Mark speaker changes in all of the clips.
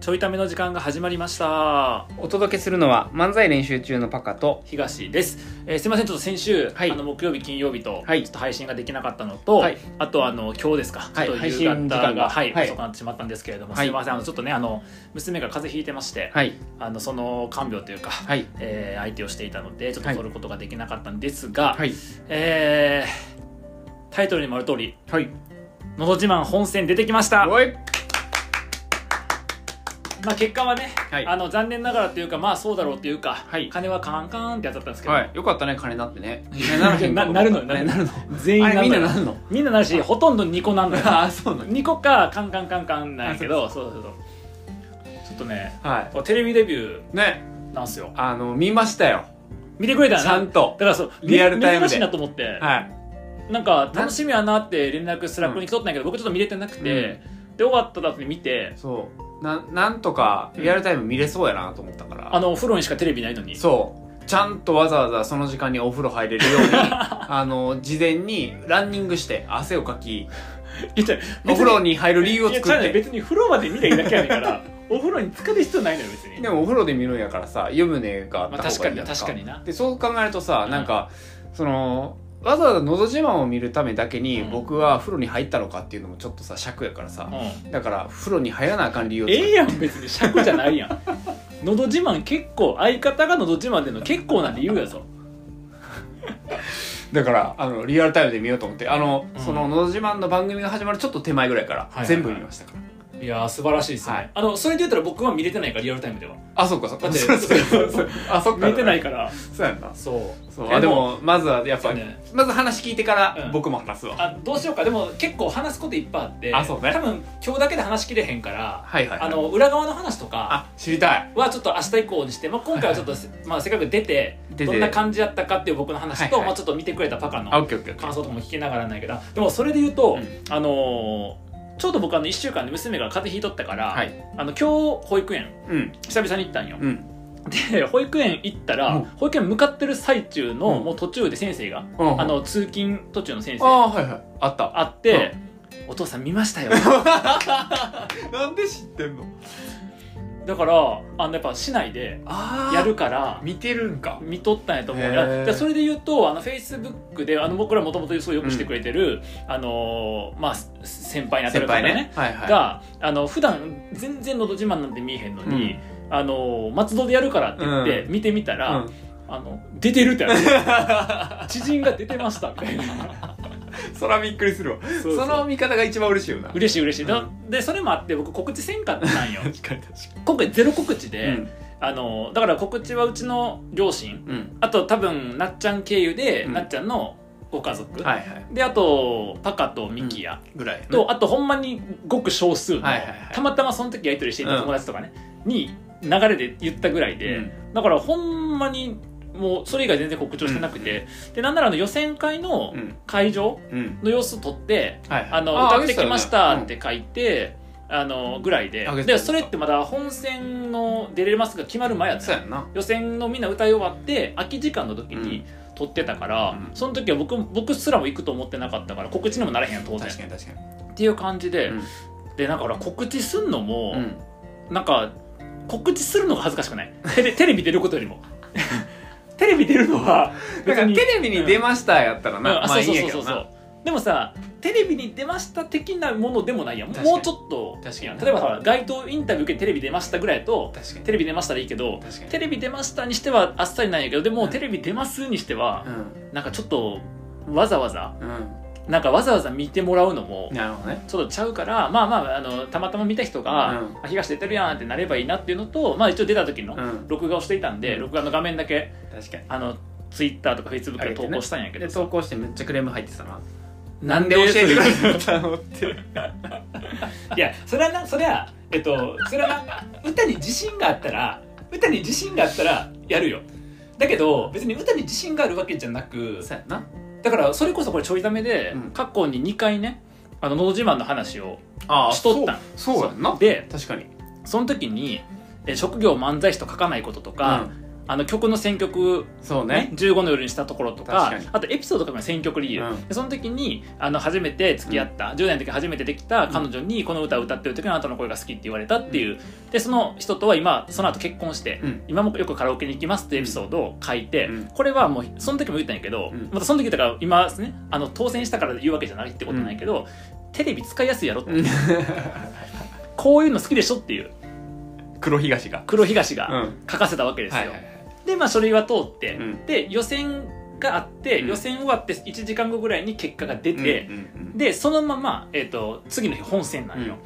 Speaker 1: ちょいための時間が始まりました
Speaker 2: お届けするのは漫才練習中のパカと
Speaker 1: 東です、えーすいませんちょっと先週、
Speaker 2: はい
Speaker 1: あの木曜日金曜日と、
Speaker 2: はい
Speaker 1: ちょっと配信ができなかったのと、
Speaker 2: はい
Speaker 1: あとあの今日ですか、
Speaker 2: はい
Speaker 1: ちょっと
Speaker 2: 配
Speaker 1: 夕
Speaker 2: 信
Speaker 1: 方
Speaker 2: 時間
Speaker 1: が、
Speaker 2: が
Speaker 1: はい
Speaker 2: はい
Speaker 1: 遅くなってしまったんですけれども、
Speaker 2: はい
Speaker 1: すいませんあのちょっとねあの娘が風邪ひいてまして、
Speaker 2: はい
Speaker 1: あのその看病というか、
Speaker 2: はい
Speaker 1: えー相手をしていたのでちょっと
Speaker 2: はい
Speaker 1: 取ることができなかったんですが、
Speaker 2: はい
Speaker 1: えータイトルにもある通り
Speaker 2: はい
Speaker 1: 「のど自慢」本戦出てきました、
Speaker 2: おい
Speaker 1: まあ、結果はね、
Speaker 2: はい
Speaker 1: あの残念ながらというかまあそうだろうというか、
Speaker 2: はい
Speaker 1: 金はカンカンってやつだったんですけど、
Speaker 2: はいよかったね金なってね金らへんかと思
Speaker 1: ななるの
Speaker 2: っ
Speaker 1: よ
Speaker 2: た
Speaker 1: な
Speaker 2: ね
Speaker 1: る
Speaker 2: なるの
Speaker 1: 全員
Speaker 2: あれみんな
Speaker 1: のよ
Speaker 2: なるの
Speaker 1: みんななるしほとんど2個なんだよ
Speaker 2: ああそうなの
Speaker 1: 2個かカンカンカンカンなんやけどそうそうそうちょっとね
Speaker 2: は
Speaker 1: テレビデビュ
Speaker 2: いね
Speaker 1: ーなんすよ
Speaker 2: あの見ましたよ
Speaker 1: 見てくれたよ
Speaker 2: ちゃ
Speaker 1: なんだ
Speaker 2: と
Speaker 1: からそう
Speaker 2: リアルタイム
Speaker 1: 珍
Speaker 2: で
Speaker 1: しいなと思って、
Speaker 2: はい
Speaker 1: なんか楽しみやなって連絡スラックに来とったんやけど、僕ちょっと見れてなくて、で終わった後に見て
Speaker 2: そうななんとかリアルタイム見れそうやなと思ったから
Speaker 1: あのお風呂にしかテレビないのに
Speaker 2: そうちゃんとわざわざその時間にお風呂入れる ようにあの事前にランニングして汗をかき
Speaker 1: いや違う
Speaker 2: お風呂に入る理由を
Speaker 1: い
Speaker 2: 作
Speaker 1: や違
Speaker 2: っ
Speaker 1: うね
Speaker 2: て
Speaker 1: 別に風呂まで見たいだけやねんからお風呂に浸かる必要ないのよ別に
Speaker 2: でもお風呂で見るんやからさ湯船があ
Speaker 1: ま
Speaker 2: っ
Speaker 1: あ、
Speaker 2: た
Speaker 1: 確
Speaker 2: 方
Speaker 1: か
Speaker 2: がいい
Speaker 1: に
Speaker 2: やん
Speaker 1: 確かにな
Speaker 2: でそう考えるとさ、
Speaker 1: うん
Speaker 2: なんかそのわざわざ「のど自慢」を見るためだけに、
Speaker 1: うん
Speaker 2: 僕は風呂に入ったのかっていうのもちょっとさ尺やからさ、
Speaker 1: うん
Speaker 2: だから風呂に入らなあかん理由を
Speaker 1: え
Speaker 2: 作って
Speaker 1: えやん別に尺じゃないや ん「のど自慢」結構相方が「のど自慢」での結構な理由やぞ
Speaker 2: だからあのリアルタイムで見ようと思ってあの、
Speaker 1: うん
Speaker 2: その「のど自慢」の番組が始まるちょっと手前ぐらいから、
Speaker 1: いはい
Speaker 2: 全部見ましたから
Speaker 1: いやー素晴らしいですね、
Speaker 2: はい
Speaker 1: あのそれで言ったら僕は見れてないからリアルタイムでは
Speaker 2: あそっかそっか
Speaker 1: だって
Speaker 2: そうそうそう そうあそっか
Speaker 1: 見れてないから
Speaker 2: そうやんな
Speaker 1: そう
Speaker 2: そうあでもまずはやっ
Speaker 1: そ
Speaker 2: ぱ、
Speaker 1: うね
Speaker 2: まず話聞いてから
Speaker 1: うん
Speaker 2: 僕も話すわ、
Speaker 1: あどうしようかでも結構話すこといっぱいあって
Speaker 2: あそうね
Speaker 1: 多分今日だけで話しきれへんから、
Speaker 2: はいはい、はい、
Speaker 1: あの裏側の話とか
Speaker 2: あ知りたい
Speaker 1: はちょっと明日以降にして、まあ、今回はちょっとせ、まあ、せっかく出て
Speaker 2: 出て
Speaker 1: どんな感じやったかっていう僕の話と、
Speaker 2: はいはい
Speaker 1: まあ、ちょっと見てくれたパカの
Speaker 2: あオッケーオッケーオッケー
Speaker 1: 感想とかも聞きながらなんやけどでもそれで言うと、
Speaker 2: うん
Speaker 1: あのーちょうど僕あの1週間で娘が風邪ひいとったから、
Speaker 2: はい
Speaker 1: あの今日保育園
Speaker 2: うん
Speaker 1: 久々に行ったんよ、
Speaker 2: うん
Speaker 1: で保育園行ったら、
Speaker 2: うん
Speaker 1: 保育園向かってる最中の、
Speaker 2: うん
Speaker 1: もう途中で先生が、
Speaker 2: うん
Speaker 1: あの通勤途中の先生
Speaker 2: ああはいはいあった
Speaker 1: 会って、お父さん見ま したよ
Speaker 2: なんで知ってんの
Speaker 1: だからあのやっぱ市内で
Speaker 2: ああ
Speaker 1: やるから
Speaker 2: 見てるんか
Speaker 1: 見とったんやと思う
Speaker 2: へー
Speaker 1: いやでそれで言うとあのフェイスブックであの僕らもともとすごいよくしてくれてる、あのーまあせ先輩にあた
Speaker 2: 先
Speaker 1: る方
Speaker 2: 輩
Speaker 1: ね
Speaker 2: ねはいはい
Speaker 1: があの普段全然「のど自慢」なんて見えへんのに、あの松戸でやるからって言って
Speaker 2: う
Speaker 1: 見てみた
Speaker 2: う
Speaker 1: ら、
Speaker 2: ん
Speaker 1: あの出てるってある知人が出てましたみたいな
Speaker 2: そらびっくりするわ
Speaker 1: そ
Speaker 2: その見方が一番嬉しいよな確
Speaker 1: 嬉しい嬉しい、だでそれもあって僕告知せんかったんよ
Speaker 2: かに確か
Speaker 1: 今回ゼロ告知
Speaker 2: に
Speaker 1: で、あのだから告知はうちの両親
Speaker 2: うん
Speaker 1: あと多分なっちゃん経由で、
Speaker 2: うん
Speaker 1: なっちゃんのご家族、
Speaker 2: はいはい
Speaker 1: であとパカとミキヤ、
Speaker 2: ぐらい
Speaker 1: とあとほんまにごく少数の、
Speaker 2: はいはいはい
Speaker 1: たまたまその時やり取りしていた友達とかね、に流れで言ったぐらいで、
Speaker 2: うん
Speaker 1: だからほんまにもうそれ以外全然告知をしてなくて、でなんならあの予選会の
Speaker 2: うん
Speaker 1: 会場
Speaker 2: うん
Speaker 1: の様子撮って「
Speaker 2: はいはい
Speaker 1: あの
Speaker 2: あ
Speaker 1: 歌ってきました」
Speaker 2: あ
Speaker 1: っ
Speaker 2: げ
Speaker 1: て書いて。あのぐらいで
Speaker 2: あげてた
Speaker 1: でそれってまだ本戦の出れますが決まる前や
Speaker 2: たよねう
Speaker 1: った
Speaker 2: んそうやんな
Speaker 1: 予選のみんな歌い終わって空き時間の時に撮ってたから、
Speaker 2: うん
Speaker 1: その時は僕僕すらも行くと思ってなかったから告知にもならへんやん当然
Speaker 2: 確かに確かに
Speaker 1: っていう感じで、
Speaker 2: うん
Speaker 1: でなんかほら告知すんのも、
Speaker 2: うん
Speaker 1: なんか告知するのが恥ずかしくないテレテレビ出ることよりも テレビ出るのは
Speaker 2: だか
Speaker 1: 別
Speaker 2: ら
Speaker 1: に
Speaker 2: テレビに出ましたやったら
Speaker 1: うん
Speaker 2: な
Speaker 1: あ
Speaker 2: まあ
Speaker 1: そう
Speaker 2: いい
Speaker 1: そ
Speaker 2: ん
Speaker 1: う
Speaker 2: や
Speaker 1: そう
Speaker 2: け
Speaker 1: そうそ
Speaker 2: どな
Speaker 1: うでもさテレビに出ました的なものでもないやん
Speaker 2: 確かに
Speaker 1: もうちょっと
Speaker 2: 確かに
Speaker 1: 例えばほら街頭インタビュー受けてテレビ出ましたぐらいだと
Speaker 2: 確かに
Speaker 1: テレビ出ましたでいいけど
Speaker 2: 確かに
Speaker 1: テレビ出ましたにしてはあっさりなんやけどでも、
Speaker 2: うん
Speaker 1: テレビ出ますにしては
Speaker 2: う、ん
Speaker 1: なんかちょっとわざわざ
Speaker 2: うん
Speaker 1: なんかわざわざ見てもらうのも、
Speaker 2: なるほどね
Speaker 1: ちょっとちゃうからまあまああのたまたま見た人が
Speaker 2: うん
Speaker 1: 「あ東出てるやん」ってなればいいなっていうのと、まあ、一応出た時の
Speaker 2: うん
Speaker 1: 録画をしていたんで、
Speaker 2: うん
Speaker 1: 録画の画面だけ
Speaker 2: 確かに
Speaker 1: あのツイッターとかフェイスブックで投稿したんやけど、
Speaker 2: で投稿してめっちゃクレーム入ってたな
Speaker 1: な
Speaker 2: なんで教えてくれ
Speaker 1: い
Speaker 2: なかったのって
Speaker 1: やそれはなそれはえっとそれはな歌に自信があったら歌に自信があったらやるよだけど別に歌に自信があるわけじゃなく
Speaker 2: そうやな
Speaker 1: だからそれこそこれちょいためで、
Speaker 2: うん
Speaker 1: 過去に2回ね「あののど自慢」の話を
Speaker 2: あ
Speaker 1: しとったん
Speaker 2: そうそうやんな
Speaker 1: で
Speaker 2: 確かに
Speaker 1: その時にえ職業漫才師と書かないこととか、
Speaker 2: うん
Speaker 1: あの曲の選曲
Speaker 2: そう
Speaker 1: ね
Speaker 2: ね、
Speaker 1: 15の夜にしたところと
Speaker 2: 確
Speaker 1: か
Speaker 2: かに
Speaker 1: あとエピソードとかの選曲リール、
Speaker 2: うん
Speaker 1: でその時にあの初めて付き合った、10代の時に初めてできた彼女にこの歌を歌ってる時のあなたの声が好きって言われたっていうでその人とは今その後結婚して、
Speaker 2: うん
Speaker 1: 今もよくカラオケに行きますってエピソードを書いて、
Speaker 2: うん
Speaker 1: これはもうその時も言ったんやけど、
Speaker 2: うん
Speaker 1: またその時だから今ですねあの当選したから言うわけじゃないってことなんやけど、テレビ使いやすいやろって、こういうの好きでしょっていう
Speaker 2: 黒東が
Speaker 1: 黒東が
Speaker 2: ん
Speaker 1: 書かせたわけですよ。
Speaker 2: はいはいはい
Speaker 1: でまあ書類は通って、
Speaker 2: うん
Speaker 1: で予選があって、
Speaker 2: うん
Speaker 1: 予選終わって1時間後ぐらいに結果が出て
Speaker 2: う、んうん
Speaker 1: でそのまま、えー、と次の日本戦なんよ、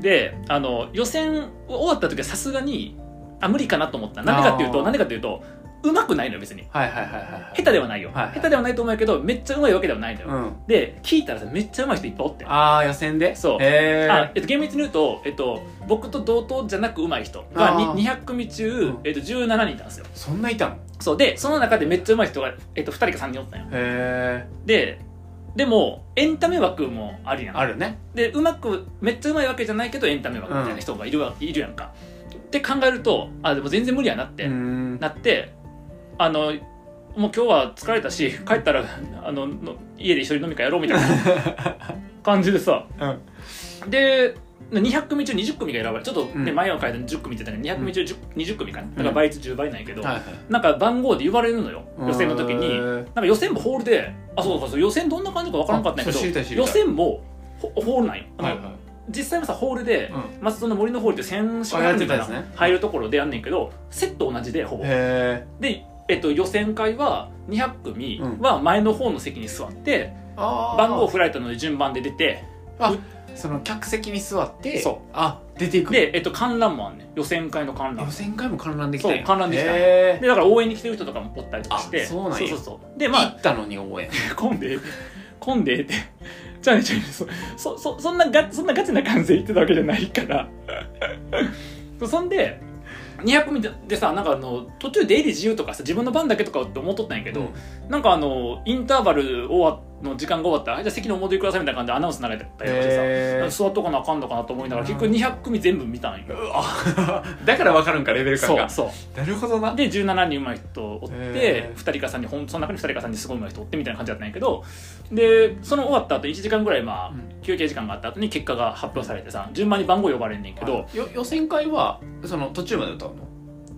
Speaker 1: であの予選終わった時はさすがにあ無理かなと思ったなんでかっていう
Speaker 2: あ
Speaker 1: と
Speaker 2: ー
Speaker 1: なんでかっていうとうまくないのよ別に
Speaker 2: はいはいはいはい
Speaker 1: 下手ではないよ、
Speaker 2: はいはい
Speaker 1: 下手ではないと思うけどめっちゃうまいわけではないのよ、
Speaker 2: うん
Speaker 1: で聞いたらさめっちゃうまい人いっぱいおって
Speaker 2: ああ予選で
Speaker 1: そう
Speaker 2: へ
Speaker 1: あ
Speaker 2: え
Speaker 1: えっと、厳密に言うと、えっと、僕と同等じゃなく上手い人が
Speaker 2: あー
Speaker 1: に200組中、
Speaker 2: うん
Speaker 1: えっと、17人いたんですよ
Speaker 2: そんないたの
Speaker 1: そうでその中でめっちゃ上手い人が、えっと、2人か3人おったんよ
Speaker 2: へえ
Speaker 1: ででもエンタメ枠もあるやん
Speaker 2: あるね
Speaker 1: でうまくめっちゃうまいわけじゃないけどエンタメ枠みたいな人がいる,、わいるやんかって考えるとあでも全然無理やなって、
Speaker 2: うん
Speaker 1: なってあのもう今日は疲れたし帰ったら あのの家で一緒に飲み会やろうみたいな 感じでさ
Speaker 2: うん
Speaker 1: で200組中20組が選ばれちょっと、ね
Speaker 2: うん
Speaker 1: 前の回で10組って言ったけど200組中10 20組かなだから倍率10倍なんやけど、
Speaker 2: はいはい
Speaker 1: なんか番号で言われるのよ予選の時に。
Speaker 2: うん
Speaker 1: なんか予選もホールで、あ、そうそうそう、予選どんな感じかわからんかったんや
Speaker 2: あそ
Speaker 1: け
Speaker 2: う知り
Speaker 1: ど
Speaker 2: たい知、りたい
Speaker 1: 予選もホホールなんよ。あの
Speaker 2: はいはい
Speaker 1: 実際はさ、ホールで、
Speaker 2: う
Speaker 1: 松戸の森のホールって選手
Speaker 2: あやって
Speaker 1: みたい
Speaker 2: たんで
Speaker 1: な
Speaker 2: すね
Speaker 1: 入るところでやんねんけど、セット同じで、ほぼ
Speaker 2: ん。へえ
Speaker 1: で、えっと、予選会は200組は前の方の席に座って、
Speaker 2: あー
Speaker 1: 番号振られたので順番で出て、
Speaker 2: その客席に座って
Speaker 1: そう
Speaker 2: あ出ていく
Speaker 1: で、えっと、観覧もあんねん。予選会の観覧
Speaker 2: 予。選会も観覧できたんや
Speaker 1: そう観覧できた
Speaker 2: へ
Speaker 1: で、だから応援に来てる人とかもおったりとかして、
Speaker 2: あそうなん
Speaker 1: そう
Speaker 2: や
Speaker 1: そうそう。で、
Speaker 2: え
Speaker 1: まあ
Speaker 2: 行、ったのに応援
Speaker 1: 混んで混んでってじゃあねじゃあねそそそそんなガそんなガチな感じで言ってたわけじゃないから そうそんで200組でさなんかあの途中出入り自由とかさ自分の番だけとかって思っとったんやけど、なんかあのインターバル終わの時間が終わったらはい「じゃあ席にお戻りください」みたいな感じでアナウンス流れてたりとかしてさ、
Speaker 2: へー
Speaker 1: 座っとかなあかんのかなと思いながら結局200組全部見たんよ。
Speaker 2: うわだから分かるんかレベル感
Speaker 1: そう
Speaker 2: が
Speaker 1: そう
Speaker 2: なるほどな
Speaker 1: で17人上手い人おって、
Speaker 2: へー
Speaker 1: 2人か3人ほんその中に2人か3人すごい上手い人おってみたいな感じだったんやけどでその終わった後1時間ぐらい、まあ
Speaker 2: うん
Speaker 1: 休憩時間があった後に結果が発表されてさ順番に番号呼ばれんねんけど、
Speaker 2: あよ予選会はその途中まで歌うの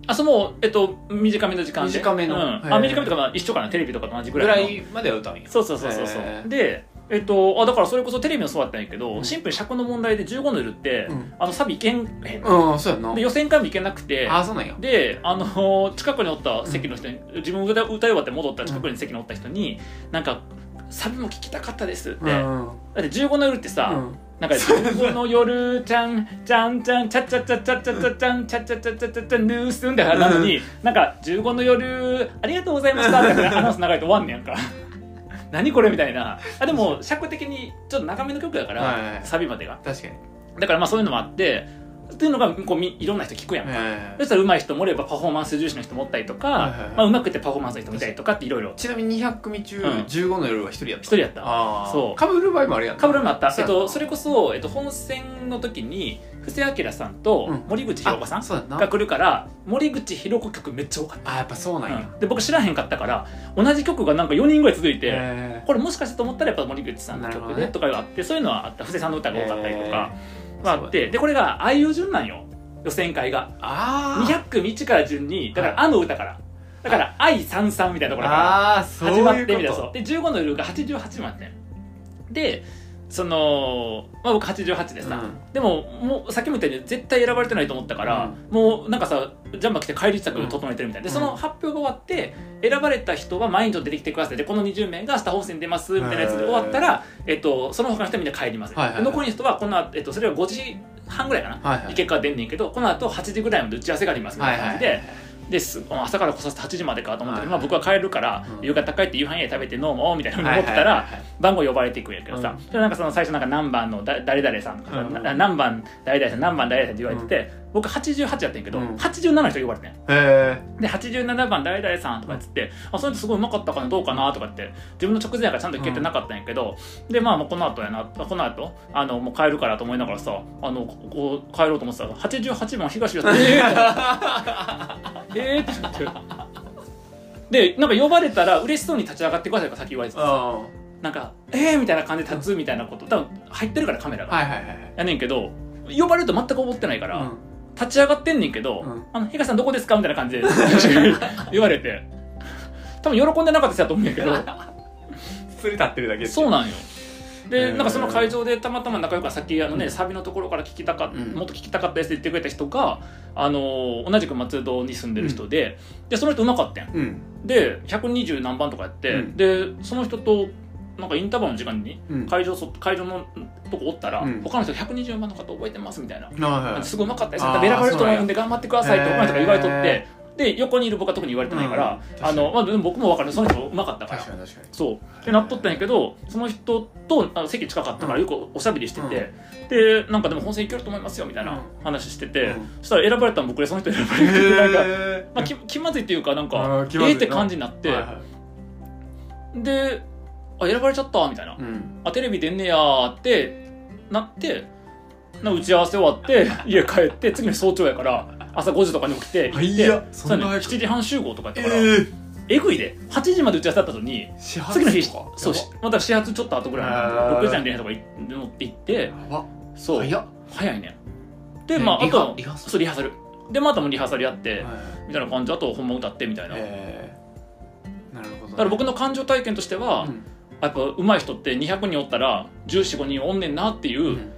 Speaker 1: あそもう、えっと、短めの時間で
Speaker 2: 短めの
Speaker 1: うん
Speaker 2: へ
Speaker 1: あ
Speaker 2: ー
Speaker 1: 短めとかまあ一緒かなテレビとかと同じぐ
Speaker 2: ぐ
Speaker 1: らい
Speaker 2: ら
Speaker 1: の
Speaker 2: いまでは歌うんや
Speaker 1: そうそうそうそうそう
Speaker 2: へー
Speaker 1: でえっと、あだからそれこそテレビもそうだったんやけど、
Speaker 2: うん
Speaker 1: シンプルに尺の問題で15の夜って、
Speaker 2: うん
Speaker 1: あのサビいけんへん、
Speaker 2: うんそうやんな
Speaker 1: で予選会もいけなくて
Speaker 2: あそうなんや
Speaker 1: で、あの近くにおった席の人に、自分歌歌い終わって戻った近くに席におった人に、なんか「サビも聴きたかったです」って、だって15の夜ってさ、
Speaker 2: うん
Speaker 1: なんか「15の夜ちゃんちゃんちゃんちゃちゃちゃちゃちゃちゃちゃんちゃちゃちゃちゃちゃちゃ盗んでなのに、なんか「15の夜ありがとうございました」ってアナウンス流れて終わんねやんか 何これみたいなあでも尺的にちょっと長めの曲だから、
Speaker 2: はいはいはい
Speaker 1: サビまでが
Speaker 2: 確かに
Speaker 1: だからまあそういうのもあってっていうのがこうみいろんな人聞くやんか、
Speaker 2: え
Speaker 1: そしたら上手い人もおればパフォーマンス重視の人もおったりとか、
Speaker 2: はいはいはい
Speaker 1: まあ、上手くてパフォーマンスの人もいたりとかっていろいろ
Speaker 2: ーちなみに200組中
Speaker 1: うん
Speaker 2: 15の夜は一人やっ
Speaker 1: 一
Speaker 2: た
Speaker 1: 人やった
Speaker 2: ああ
Speaker 1: そう
Speaker 2: かぶる場合もあるやん
Speaker 1: カブラもあった、
Speaker 2: そ
Speaker 1: えっ
Speaker 2: うやな
Speaker 1: と、それこそ、えっと、本戦の時に布施明さんと
Speaker 2: うん
Speaker 1: 森口博子さん
Speaker 2: あそうやんな
Speaker 1: が来るから、森口博子曲めっちゃ多かっ
Speaker 2: あやっぱそう
Speaker 1: た、
Speaker 2: なんや
Speaker 1: うんで僕知らへんかったから同じ曲がなんか4人ぐらい続いて、
Speaker 2: へー
Speaker 1: これもしかしてと思ったらやっぱ森口さんの
Speaker 2: なる
Speaker 1: 曲
Speaker 2: ほど
Speaker 1: で
Speaker 2: ね
Speaker 1: とかがあって、そういうのはあった布施さんの歌が多かったりとか、
Speaker 2: へー
Speaker 1: まああってでこれがああいう順なんよ予選会が
Speaker 2: あー
Speaker 1: 200組1から順にだから「
Speaker 2: は
Speaker 1: あ」の歌からだから「愛三三」みたいなところから。
Speaker 2: あーそう
Speaker 1: 始まってみたい
Speaker 2: いう
Speaker 1: な
Speaker 2: こ
Speaker 1: そ
Speaker 2: と
Speaker 1: うで15の夜が88まででその、まあ、僕88でさ、
Speaker 2: うん
Speaker 1: でももうさっきも言ったように絶対選ばれてないと思ったから、もうなんかさジャンバー来て帰り支度整えてるみたいなで
Speaker 2: うん
Speaker 1: その発表が終わって選ばれた人は毎日出てきてくださいでこの20名が下本戦出ますみたいなやつで終わったら、えっと、その他の人はみんな帰ります、
Speaker 2: はいはいはい
Speaker 1: で残りの人はこの後、えっと、それは5時半ぐらいかな、
Speaker 2: はいはい
Speaker 1: 結果が出んねんけどこの後8時ぐらいまで打ち合わせがありますみたいな感じで、
Speaker 2: はいはい
Speaker 1: です朝から来させて8時までかと思って、
Speaker 2: はい
Speaker 1: まあ、僕は帰るから、
Speaker 2: うん
Speaker 1: 夕方帰って夕飯屋で食べて飲もうみたいなふうに
Speaker 2: はい
Speaker 1: 思ってたら、
Speaker 2: はいはいはい
Speaker 1: 番号呼ばれていくんやけどさ、
Speaker 2: うん
Speaker 1: それなんかその最初なんか何番のだ誰々さんとかさ、
Speaker 2: うん
Speaker 1: な何番誰々さん何番誰々さんって言われてて、僕88やったんやけど、
Speaker 2: うん
Speaker 1: 87の人呼ばれてん
Speaker 2: へ
Speaker 1: で87番誰々さんとかっつって、あそれってすごいうまかったかなどうかなとかって自分の直前やからちゃんと聞けてなかったんやけど、でまあもうこの後やなこの後あのもう帰るからと思いながらさあのここう帰ろうと思ってたら88番東吉さんえええ
Speaker 2: え
Speaker 1: ーって言ってでなんか呼ばれたら嬉しそうに立ち上がってくださいとかさっき言われてた
Speaker 2: あ
Speaker 1: なんか「えー」みたいな感じで立つみたいなこと多分入ってるからカメラ
Speaker 2: あ
Speaker 1: が、
Speaker 2: はいはいはい
Speaker 1: やねんけど呼ばれると全く思ってないから、
Speaker 2: はい、うん
Speaker 1: 立ち上がってんねんけど「
Speaker 2: うん
Speaker 1: あのヒカさんどこですか?」みたいな感じで 言われて多分喜んでなかった人だと思うんや けど
Speaker 2: 普通に立ってるだけです
Speaker 1: そうなんよで、
Speaker 2: へー
Speaker 1: なんかその会場でたまたま仲良くさっきあのね、
Speaker 2: うん
Speaker 1: サビのところから聞きたか、
Speaker 2: うん
Speaker 1: もっと聞きたかったですって言ってくれた人が、あのー同じく松戸に住んでる人で,、でその人うまかったやん
Speaker 2: うん
Speaker 1: で120何番とかやって、
Speaker 2: うん
Speaker 1: でその人となんかインターバルの時間に
Speaker 2: うん
Speaker 1: 会場そ会場のとこおったら、
Speaker 2: うん
Speaker 1: 他の人120番の方覚えてますみたいな、
Speaker 2: はいはい
Speaker 1: すごいうまかったです
Speaker 2: あー
Speaker 1: 多分選ばれると思うんで頑張ってくださいって
Speaker 2: そう
Speaker 1: 他
Speaker 2: な
Speaker 1: の人
Speaker 2: んや
Speaker 1: が言われとっ
Speaker 2: へ
Speaker 1: てで横にいる僕は特に言われてないから、
Speaker 2: うん
Speaker 1: あのまあ、でも僕も分かるその人うまかったから
Speaker 2: 確かに確かに
Speaker 1: そうでなっとったんやけどその人とあの席近かったから
Speaker 2: うん
Speaker 1: よくおしゃべりしてて、でなんかでも本戦いけると思いますよみたいな話してて、
Speaker 2: うん
Speaker 1: そしたら選ばれたの僕でその人選ばれててなんか、
Speaker 2: へ
Speaker 1: まあ、き気まずいっていうかなん
Speaker 2: あ
Speaker 1: か
Speaker 2: ー気
Speaker 1: え
Speaker 2: まずいな
Speaker 1: えって感じになって、
Speaker 2: はいはい
Speaker 1: であ選ばれちゃったみたいな、
Speaker 2: うん
Speaker 1: あテレビ出んねやーってなってな打ち合わせ終わ って家帰って次の日早朝やから朝5時とかに起きて行って
Speaker 2: 早っ
Speaker 1: そ
Speaker 2: そん
Speaker 1: う
Speaker 2: な
Speaker 1: やね
Speaker 2: 早く
Speaker 1: 7時半集合とかやった
Speaker 2: え
Speaker 1: から、
Speaker 2: ー
Speaker 1: えぐいで8時まで打ち合わせだったのに
Speaker 2: 始発
Speaker 1: 次の日
Speaker 2: とか
Speaker 1: そうしまた始発ちょっと後ぐらい
Speaker 2: へー
Speaker 1: なんで6時に連絡とかい乗って行って
Speaker 2: やば
Speaker 1: そう
Speaker 2: やば
Speaker 1: 早いね
Speaker 2: え
Speaker 1: でまああ
Speaker 2: リハ
Speaker 1: と
Speaker 2: リハーサル
Speaker 1: そうリハーサルでまたもうリハーサルやって、
Speaker 2: 早っはい
Speaker 1: みたいな感じあと本番歌ってみたいな、だ
Speaker 2: えーなるほどね
Speaker 1: から僕の感情体験としては、
Speaker 2: うん
Speaker 1: やっぱ上手い人って200人おったら1415人おんねんなっていう、
Speaker 2: うん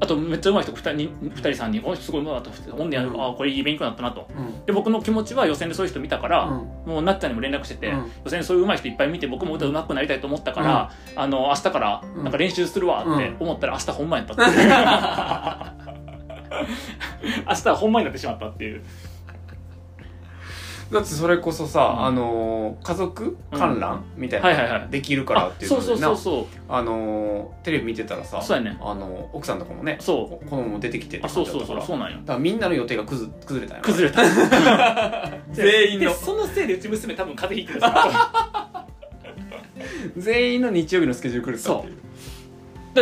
Speaker 1: あとめっちゃ上手い人2人 ,2 人3人この人すごい上手いなとおんねん、
Speaker 2: うん
Speaker 1: あこれいい勉強になったなと
Speaker 2: うん
Speaker 1: で僕の気持ちは予選でそういう人見たから、もうなっちゃんにも連絡してて、
Speaker 2: うん
Speaker 1: 予選そういう上手い人いっぱい見て僕も歌うまくなりたいと思ったから、あの明日からなんか練習するわって思ったら明日本番やったっていう、 明日は本番になってしまったっていう
Speaker 2: だってそれこそさ、
Speaker 1: うん
Speaker 2: あのー家族観覧、みたい
Speaker 1: はいはいは
Speaker 2: ないできるからっていう
Speaker 1: そ
Speaker 2: の
Speaker 1: う
Speaker 2: で
Speaker 1: そう
Speaker 2: な
Speaker 1: そうそう
Speaker 2: あのーテレビ見てたらさ
Speaker 1: そうやね
Speaker 2: あのー奥さんとかもね
Speaker 1: そう
Speaker 2: こ子供も出てきてって
Speaker 1: あ
Speaker 2: 感
Speaker 1: そう
Speaker 2: じだ
Speaker 1: そ
Speaker 2: っ
Speaker 1: う
Speaker 2: た
Speaker 1: そ
Speaker 2: から
Speaker 1: うそうなんよ
Speaker 2: だからみんなの予定がくず崩れたんや
Speaker 1: 崩れた
Speaker 2: 全員の
Speaker 1: でそのせいでうち娘多分風邪ひいてたさ
Speaker 2: 全員の日曜日のスケジュール狂ったっていう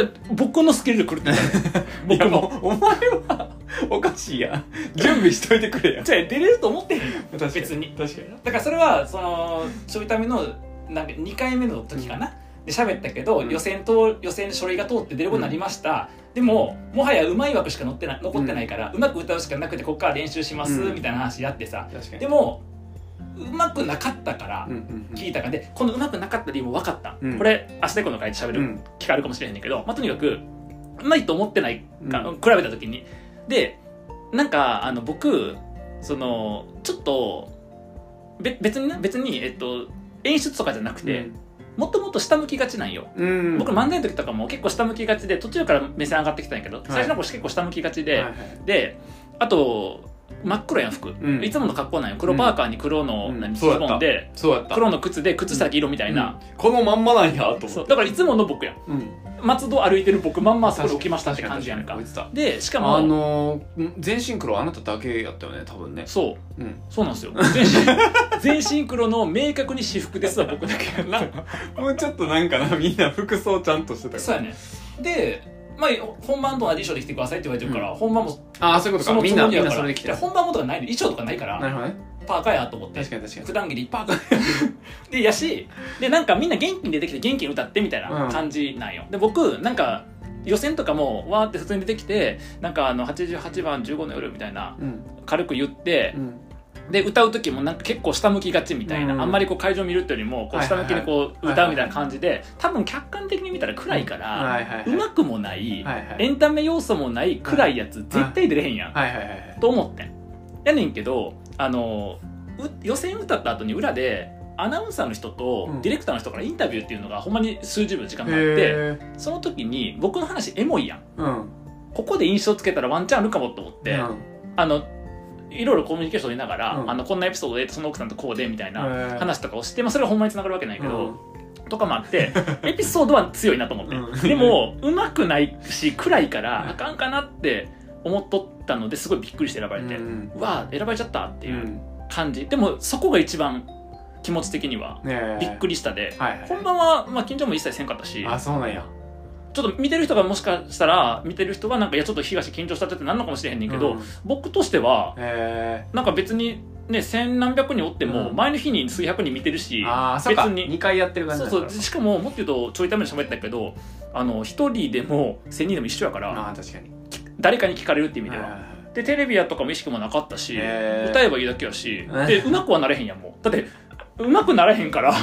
Speaker 1: で僕のスケジュール狂って たね僕
Speaker 2: いや
Speaker 1: も
Speaker 2: もうお前はおかしいやん準備しといてくれや
Speaker 1: じゃあ出れると思ってへんよ
Speaker 2: 確か
Speaker 1: 別に
Speaker 2: 確かにな
Speaker 1: だからそれはそのちょいためのなんか2回目の時かな、で喋ったけど、
Speaker 2: うん
Speaker 1: 予選と予選書類が通って出ることになりました、でももはやうまい枠しか載ってな残ってないから、うまく歌うしかなくてここから練習します、
Speaker 2: うん
Speaker 1: みたいな話やってさ
Speaker 2: 確かに
Speaker 1: でもうまくなかったから
Speaker 2: うんうんうん
Speaker 1: 聞いたからでこのうまくなかった理由も分かった、
Speaker 2: うん
Speaker 1: これ明日でこの回で喋
Speaker 2: う
Speaker 1: る
Speaker 2: ん
Speaker 1: 機会あるかもしれへんねんけど、まあ、とにかくうまいと思ってないか、
Speaker 2: うん
Speaker 1: 比べた時にでなんかあの僕そのちょっとべ別にな別に、えっと、演出とかじゃなくて、もっともっと下向きがちなんよ、
Speaker 2: うん
Speaker 1: 僕漫才の時とかも結構下向きがちで途中から目線上がってきたんやけど、最初の頃結構下向きがちで、
Speaker 2: はいはい
Speaker 1: であと真っ黒やん服、
Speaker 2: うん
Speaker 1: いつもの格好なんよ黒パーカーに黒の
Speaker 2: うん
Speaker 1: 何ズ
Speaker 2: そうやった
Speaker 1: ボンで、
Speaker 2: そうやった
Speaker 1: 黒の靴で靴下だけ色みたいな、
Speaker 2: うんこのまんまなんやと思って
Speaker 1: そうだからいつもの僕やん
Speaker 2: うん
Speaker 1: 松戸歩いてる僕まんまそこで起きましたって感じやんか
Speaker 2: 確に確に
Speaker 1: でしかも
Speaker 2: あのー全身黒あなただけやったよね多分ね
Speaker 1: そう
Speaker 2: うん
Speaker 1: そうなんですよ全身 全身黒の明確に私服ですわ僕だけ
Speaker 2: なもうちょっとなんかなみんな服装ちゃんとして た
Speaker 1: そうやねでまあ本番と同じ衣装で来てくださいって言われてるから、本番も
Speaker 2: ああそういうこと
Speaker 1: そ
Speaker 2: か
Speaker 1: の
Speaker 2: み
Speaker 1: つ
Speaker 2: ん
Speaker 1: も
Speaker 2: な
Speaker 1: り
Speaker 2: み
Speaker 1: や
Speaker 2: んな
Speaker 1: か
Speaker 2: そ
Speaker 1: ら
Speaker 2: れで来
Speaker 1: いや
Speaker 2: た
Speaker 1: 本番もとかない衣装とかないか
Speaker 2: な
Speaker 1: ら
Speaker 2: るほどね
Speaker 1: パーカーやと思って
Speaker 2: 確かに確かに
Speaker 1: 普段着でいっぱいあった でやしでなんかみんな元気に出てきて元気に歌ってみたいな感じなんよ、で僕なんか予選とかもわーって普通に出てきてなんかあの88番15の夜みたいな
Speaker 2: うん
Speaker 1: 軽く言って
Speaker 2: う、ん
Speaker 1: で歌う時もなんか結構下向きがちみたいな、
Speaker 2: うん
Speaker 1: あんまりこう会場見るっていうよりもこう
Speaker 2: はいは
Speaker 1: 下
Speaker 2: いは
Speaker 1: 向
Speaker 2: い
Speaker 1: きにこう歌うみたいな感じで、多分客観的に見たら暗いから、
Speaker 2: はいはいはいう
Speaker 1: まくもない、
Speaker 2: はいはい
Speaker 1: エンタメ要素もない暗いやつ絶対出れへんやん、
Speaker 2: はいはいはい
Speaker 1: と思ってんやねんけどあのう予選歌った後に裏でアナウンサーの人と
Speaker 2: うん
Speaker 1: ディレクターの人からインタビューっていうのがほんまに数十秒時間があって
Speaker 2: へえ
Speaker 1: その時に僕の話エモいやん
Speaker 2: うん
Speaker 1: ここで印象つけたらワンチャンあるかもと思って、
Speaker 2: うん
Speaker 1: あのいろいろコミュニケーションを取りながら、
Speaker 2: うん
Speaker 1: あのこんなエピソードでその奥さんとこうでみたいな
Speaker 2: へえ
Speaker 1: 話とかをして、まあ、それはほんまにつながるわけないけ
Speaker 2: う
Speaker 1: ど
Speaker 2: ん、
Speaker 1: とかもあって エピソードは強いなと思って、
Speaker 2: うん
Speaker 1: でもうまくないし暗いから
Speaker 2: うん
Speaker 1: あかんかなって思っとったのですごいびっくりして選ばれて、
Speaker 2: う
Speaker 1: うんわあ選ばれちゃったって
Speaker 2: う
Speaker 1: いうん感じ、でもそこが一番気持ち的には
Speaker 2: ねえ
Speaker 1: びっくりしたで、
Speaker 2: はいはい
Speaker 1: 本番は、まあ、緊張も一切せんかったし
Speaker 2: あそうなんや
Speaker 1: ちょっと見てる人がもしかしたら見てる人はなんかいやちょっと東緊張したってってなるのかもしれへんねんけど、
Speaker 2: うん
Speaker 1: 僕としては
Speaker 2: へ
Speaker 1: なんか別にね千何百人おっても
Speaker 2: うん
Speaker 1: 前の日に数百人見てるし、
Speaker 2: えああそっか
Speaker 1: 別に
Speaker 2: 2回やってる感じ
Speaker 1: そう
Speaker 2: だ
Speaker 1: そうしかももっと言うとちょいために喋ったけどあの一人でも千人でも一緒やから
Speaker 2: ああ確かに
Speaker 1: 誰かに聞かれるって意味
Speaker 2: は
Speaker 1: で
Speaker 2: い
Speaker 1: は、
Speaker 2: はいはい
Speaker 1: でテレビやとかも意識もなかったし、
Speaker 2: へー
Speaker 1: 歌えばいいだけやし
Speaker 2: うん
Speaker 1: でうまくはなれへんやんもうだってうまくならへんから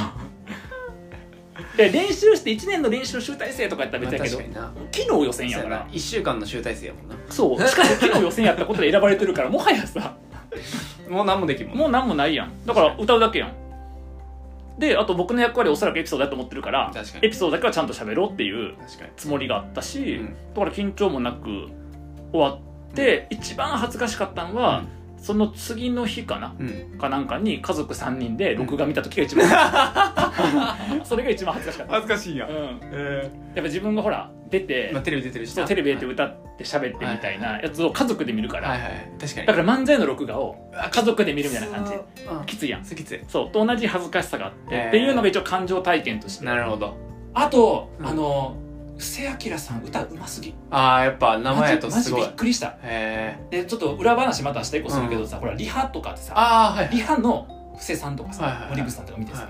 Speaker 1: で練習して1年の練習集大成とかやったら別やけど、
Speaker 2: まあ確かにな
Speaker 1: 昨日予選や
Speaker 2: そう
Speaker 1: か
Speaker 2: やな
Speaker 1: ら
Speaker 2: 1週間の集大成やもんな
Speaker 1: そうしかも昨日予選やったことで選ばれてるからもはやさ
Speaker 2: もう何もできんもん
Speaker 1: もう何もないやんだから歌うだけやんであと僕の役割はおそらくエピソードだと思ってるから
Speaker 2: 確かに
Speaker 1: エピソードだけはちゃんと喋ろうっていう
Speaker 2: 確かに
Speaker 1: つもりがあったし、
Speaker 2: うん
Speaker 1: だから緊張もなく終わって、一番恥ずかしかったのは、その次の日かな
Speaker 2: うん
Speaker 1: かなんかに家族3人で録画見た時が一番、 それが一番恥ずかしかっ
Speaker 2: 恥ずかしいや
Speaker 1: た、うん、やっ
Speaker 2: え
Speaker 1: ぱ自分がほら出て、
Speaker 2: まあテレビ出てるし
Speaker 1: そう
Speaker 2: な
Speaker 1: テレビ出て
Speaker 2: は
Speaker 1: 歌って喋ってみたいなやつを家族で見るから、
Speaker 2: いはいはい確かに
Speaker 1: だから漫才の録画を
Speaker 2: あ
Speaker 1: 家族で見るみたいな感じ
Speaker 2: うん
Speaker 1: きついやん
Speaker 2: それきつい
Speaker 1: そうと同じ恥ずかしさがあって、
Speaker 2: えー
Speaker 1: っていうのが一応感情体験として
Speaker 2: なるほど
Speaker 1: あと、
Speaker 2: うん
Speaker 1: あの布施明さん歌うますぎ
Speaker 2: ああやっぱ名前やとすご
Speaker 1: マジマ
Speaker 2: い
Speaker 1: ジびっくりした
Speaker 2: へえ
Speaker 1: でちょっと裏話また明日以降するけどさ、ほらリハとかってさ
Speaker 2: ああはい
Speaker 1: リハの布施さんとかさ、
Speaker 2: はいはいはい
Speaker 1: 森口さんとか見てさ、
Speaker 2: は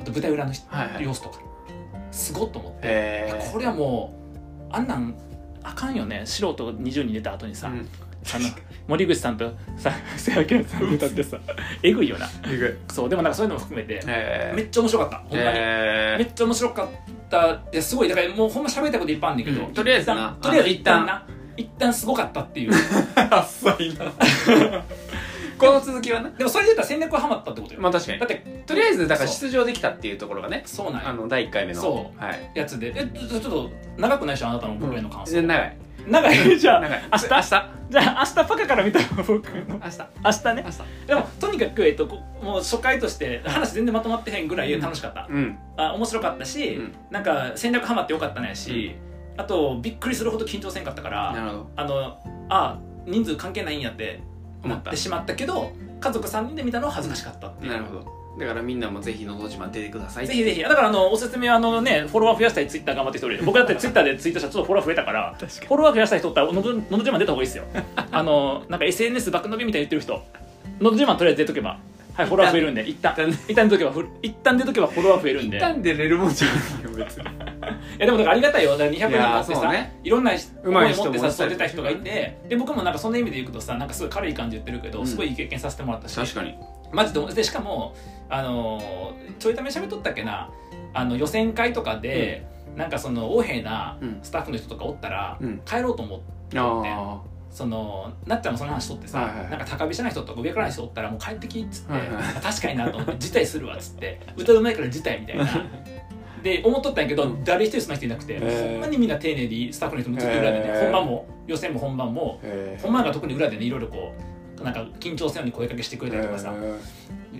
Speaker 1: あと舞台裏の人、
Speaker 2: はいはい
Speaker 1: 様子とかすごっと思って、
Speaker 2: へ
Speaker 1: いや
Speaker 2: え
Speaker 1: これはもうあんなんあかんよね素人が20人出た後にさ、
Speaker 2: うん
Speaker 1: あの森口さんとさ布施明さん歌って さえぐいよな
Speaker 2: えぐい
Speaker 1: そうでもなんかそういうのも含めて、
Speaker 2: へ
Speaker 1: めっちゃ面白かったほんまに、
Speaker 2: え
Speaker 1: めっちゃ面白かったですごいだからもうほんま喋りたいこといっぱいあんねんけど、
Speaker 2: うんとりあえずな
Speaker 1: 一旦とりあえず一旦
Speaker 2: あ
Speaker 1: な一旦すごかったって いう
Speaker 2: 浅いなこの続きはね
Speaker 1: でもそれで言ったら戦略はハマったってことよ、
Speaker 2: まあ確かに
Speaker 1: だって
Speaker 2: とりあえずだから
Speaker 1: そう
Speaker 2: 出場できたっていうところがね
Speaker 1: そうなん
Speaker 2: あ
Speaker 1: や
Speaker 2: の第1回目の
Speaker 1: そう
Speaker 2: はい
Speaker 1: やつでえちょちょっと長くないでしょあなたの僕への感想、
Speaker 2: で長い
Speaker 1: 長い じゃあ
Speaker 2: 長い
Speaker 1: 明日
Speaker 2: 明日
Speaker 1: じゃあ明日パカから見たら僕 の
Speaker 2: 明日
Speaker 1: 明日ね
Speaker 2: 明日
Speaker 1: でもとにかく、えっと、こもう初回として話全然まとまってへんぐらい
Speaker 2: うん
Speaker 1: 楽しかった、
Speaker 2: うん
Speaker 1: あ面白かったし、
Speaker 2: うん
Speaker 1: なんか戦略ハマってよかったねやし、あとびっくりするほど緊張せんかったから
Speaker 2: なるほど
Speaker 1: あのあ人数関係ないんやって思
Speaker 2: 思
Speaker 1: っ
Speaker 2: った
Speaker 1: てしまったけど家族3人で見たのは恥ずかしかったっていう
Speaker 2: なるほどだからみんなもぜひ「のど自慢」出てください
Speaker 1: ぜひぜひだからあのおすすめはあのねフォロワー増やしたいツイッター頑張って一人で僕だってツイッターでツイートしたらちょっとフォロワー増えたから
Speaker 2: 確
Speaker 1: フォロワー増やしたい人おったらのどのど自慢出た方がいいです よあのなんか SNS バック伸びみたいに言ってる人のど自慢とりあえず出とけばはいフォロワー増えるんで一旦
Speaker 2: 一旦ね
Speaker 1: 一旦出とけばふ一旦出とけばフォロワー増えるんで
Speaker 2: 一
Speaker 1: いや
Speaker 2: 旦出れるもんじゃないよ別 に
Speaker 1: でもだからありがたいよだから200人
Speaker 2: いや
Speaker 1: も
Speaker 2: ー
Speaker 1: あって
Speaker 2: そ
Speaker 1: さ、
Speaker 2: うね
Speaker 1: いろんな思
Speaker 2: 上手
Speaker 1: い
Speaker 2: い
Speaker 1: 持
Speaker 2: 人
Speaker 1: っ
Speaker 2: も
Speaker 1: てさ
Speaker 2: いたり
Speaker 1: そう出た人がいてで僕もなんかそんな意味で言うとさなんかすごい軽い感じ言ってるけど、
Speaker 2: うん
Speaker 1: すごいいい経験させてもらったし
Speaker 2: 確かに
Speaker 1: マジででしかもあのーちょいため喋っとったっけなあの予選会とかで、なんかその横柄な
Speaker 2: うん
Speaker 1: スタッフの人とかおったら、
Speaker 2: うん
Speaker 1: 帰ろうと思って
Speaker 2: あ
Speaker 1: そのなっちゃんもその話しとってさ、
Speaker 2: はいはい
Speaker 1: なんか高飛車な人とか上からの人おったらもう帰ってきっつって、
Speaker 2: はいはい
Speaker 1: あ確かになと思って辞退するわっつって歌うまいから辞退みたいな。で思っとったんやけど、
Speaker 2: うん
Speaker 1: 誰一人そんな人いなくて、
Speaker 2: へー
Speaker 1: ほんまにみんな丁寧にスタッフの人もずっと裏でね、
Speaker 2: へー
Speaker 1: 本番も予選も本番も
Speaker 2: あへ
Speaker 1: 本番が特に裏でねいろいろこうなんか緊張せんように声かけしてくれたりとかさ、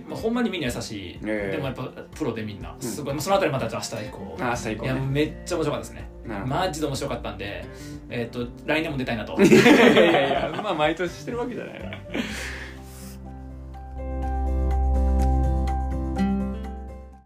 Speaker 1: まあ、ほんまにみんな優しい、
Speaker 2: ええ
Speaker 1: でもやっぱプロでみんな
Speaker 2: ん
Speaker 1: すごい、まあそのあたりまたじゃあ明日以降、
Speaker 2: あ最高
Speaker 1: いや
Speaker 2: ね
Speaker 1: めっちゃ面白かったですね
Speaker 2: なるほど
Speaker 1: マジで面白かったん でえっ、と来年も出たいなと
Speaker 2: いやいやいやまあ毎年してるわけじゃないな